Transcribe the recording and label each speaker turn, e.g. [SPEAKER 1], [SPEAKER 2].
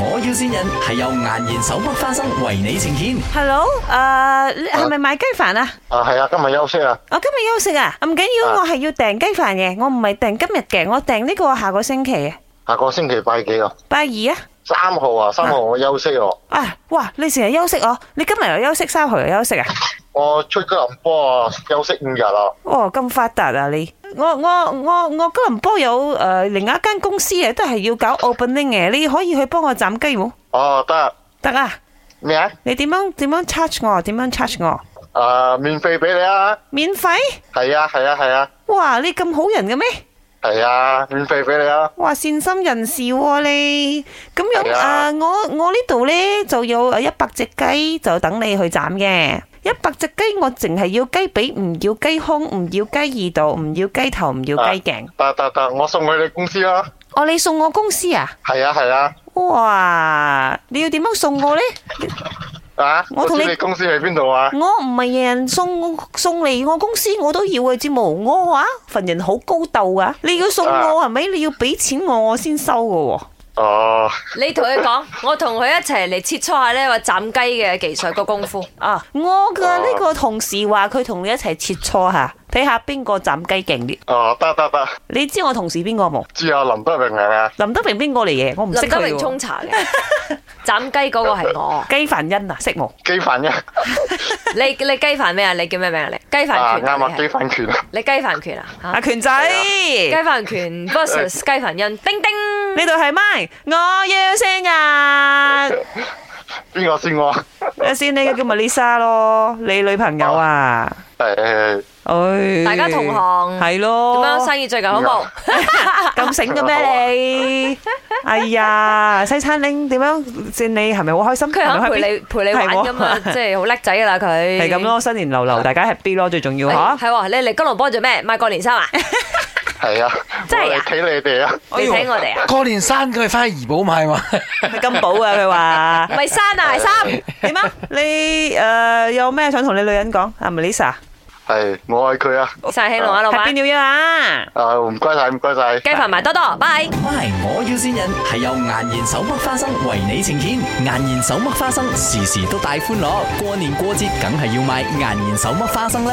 [SPEAKER 1] 我要先人係由顏然手剝花生為你呈現。
[SPEAKER 2] Hello，誒、你係咪買雞飯啊？
[SPEAKER 3] 啊，系啊，今日休息啊，
[SPEAKER 2] 我今日休息啊，唔緊要，
[SPEAKER 3] 啊
[SPEAKER 2] 我係要訂雞飯嘅，我唔係訂今日嘅，我訂呢個下個星期嘅，
[SPEAKER 3] 下個星期拜幾啊？
[SPEAKER 2] 拜二啊。
[SPEAKER 3] 三號啊，三號我休息哦、
[SPEAKER 2] 啊！哇！你成日休息哦，你今日又休息，三號又休息啊？
[SPEAKER 3] 我出吉林波啊，休息五日啊。
[SPEAKER 2] 哦，咁發達啊你！我我我我吉隆坡有诶、呃另一間公司啊，都係要搞 opening 嘅，你可以去幫我斬雞冇？
[SPEAKER 3] 哦，得啊
[SPEAKER 2] 得啊！
[SPEAKER 3] 咩啊？
[SPEAKER 2] 你點樣點樣 charge 我？點樣 charge 我？
[SPEAKER 3] 啊，免費俾你啊！
[SPEAKER 2] 免費？
[SPEAKER 3] 係啊，係啊，係啊，
[SPEAKER 2] 哇！你咁好人嘅咩？
[SPEAKER 3] 係啊，免費俾你啊！
[SPEAKER 2] 哇！善心人士喎、你，咁樣
[SPEAKER 3] 係
[SPEAKER 2] 啊
[SPEAKER 3] 啊
[SPEAKER 2] 我我呢度呢就有一百隻雞，就等你去斬嘅。一百隻雞我淨係要雞髀，唔要雞胸，唔要雞耳度，唔要雞頭，唔要雞頸。
[SPEAKER 3] 得得得，我送去你公司啦。
[SPEAKER 2] 哦，你送我公司啊？
[SPEAKER 3] 係啊，係啊，
[SPEAKER 2] 哇！你要點樣送我呢？
[SPEAKER 3] 啊，
[SPEAKER 2] 我同你
[SPEAKER 3] 知你公司喺邊度啊？
[SPEAKER 2] 我唔係人人送送嚟我公司，我都要嘅知冇。我啊份人好高竇啊！你要送我係咪？你要俾錢我，我先收嘅喎、
[SPEAKER 3] 哦，
[SPEAKER 4] 你同佢講，我同佢一齊嚟切磋下呢個斬雞嘅技術個功夫。
[SPEAKER 2] 啊！我嘅呢個同事話佢同你一齊切磋下，睇下邊個斬雞勁啲。
[SPEAKER 3] 哦，得得得，
[SPEAKER 2] 你知我同事邊個冇？
[SPEAKER 3] 知啊，林德榮係咪啊？
[SPEAKER 2] 林德榮邊個嚟嘅？我唔識
[SPEAKER 4] 林德
[SPEAKER 2] 佢
[SPEAKER 4] 榮
[SPEAKER 2] 喎。
[SPEAKER 4] 沖茶嘅，斬雞嗰個 係我。
[SPEAKER 2] 雞凡恩啊，識冇？
[SPEAKER 3] 基凡嘅，
[SPEAKER 4] 你你雞飯咩啊？你叫咩名啊？你雞
[SPEAKER 3] 啊，
[SPEAKER 4] 飯
[SPEAKER 3] 啱
[SPEAKER 4] 權啊
[SPEAKER 3] 啊，
[SPEAKER 4] 你
[SPEAKER 3] 基
[SPEAKER 4] 係
[SPEAKER 3] 凡權啊，
[SPEAKER 4] 你雞飯權啊？啊嚇
[SPEAKER 2] 阿權仔，
[SPEAKER 4] 雞
[SPEAKER 2] 呢
[SPEAKER 4] 飯權 versus 雞飯恩，叮叮。
[SPEAKER 2] 度係咪？我要先啊！
[SPEAKER 3] 邊個先我？
[SPEAKER 2] 阿先呢個叫 Melissa 咯，你女朋友啊？
[SPEAKER 3] 誒，
[SPEAKER 2] 唉，
[SPEAKER 4] 哦大家同行
[SPEAKER 2] 係
[SPEAKER 4] 點
[SPEAKER 2] 咯。
[SPEAKER 4] 樣生意最近好冇？
[SPEAKER 2] 咁醒 嘅咩你？哎呀，西餐拎點樣？先你係咪好開心？
[SPEAKER 4] 佢
[SPEAKER 2] 係咪
[SPEAKER 4] 肯
[SPEAKER 2] 開
[SPEAKER 4] 陪你陪你玩
[SPEAKER 2] 係喎
[SPEAKER 4] 咁啊，即係好叻仔㗎啦佢。
[SPEAKER 2] 係咁咯，新年流流，大家 happy 咯，最重要
[SPEAKER 4] 哎。
[SPEAKER 2] 吓。
[SPEAKER 4] 係喎，你嚟吉隆坡做咩？買過年衫啊？
[SPEAKER 3] 係啊，
[SPEAKER 4] 真係啊
[SPEAKER 3] 我嚟睇你哋啊！
[SPEAKER 2] 哎
[SPEAKER 4] 你請我哋啊？
[SPEAKER 5] 過年生佢翻去怡寶買嘛，
[SPEAKER 2] 去金寶啊！佢話
[SPEAKER 4] 唔係衫啊，係 衫。
[SPEAKER 2] 點啊？你诶、呃有咩想同你女人講啊？Melissa，
[SPEAKER 3] 係，我愛佢啊！
[SPEAKER 4] 晒興隆啊，老
[SPEAKER 2] 係邊
[SPEAKER 4] 闆。
[SPEAKER 2] 鳥啊？
[SPEAKER 3] 啊，唔該晒，唔該晒。
[SPEAKER 4] 雞飯埋多多，拜。
[SPEAKER 1] My，我要先人係由顏然手剝花生為你呈現。顏然手剝花生時時都大歡樂，過年過節梗係要買顏然手剝花生啦。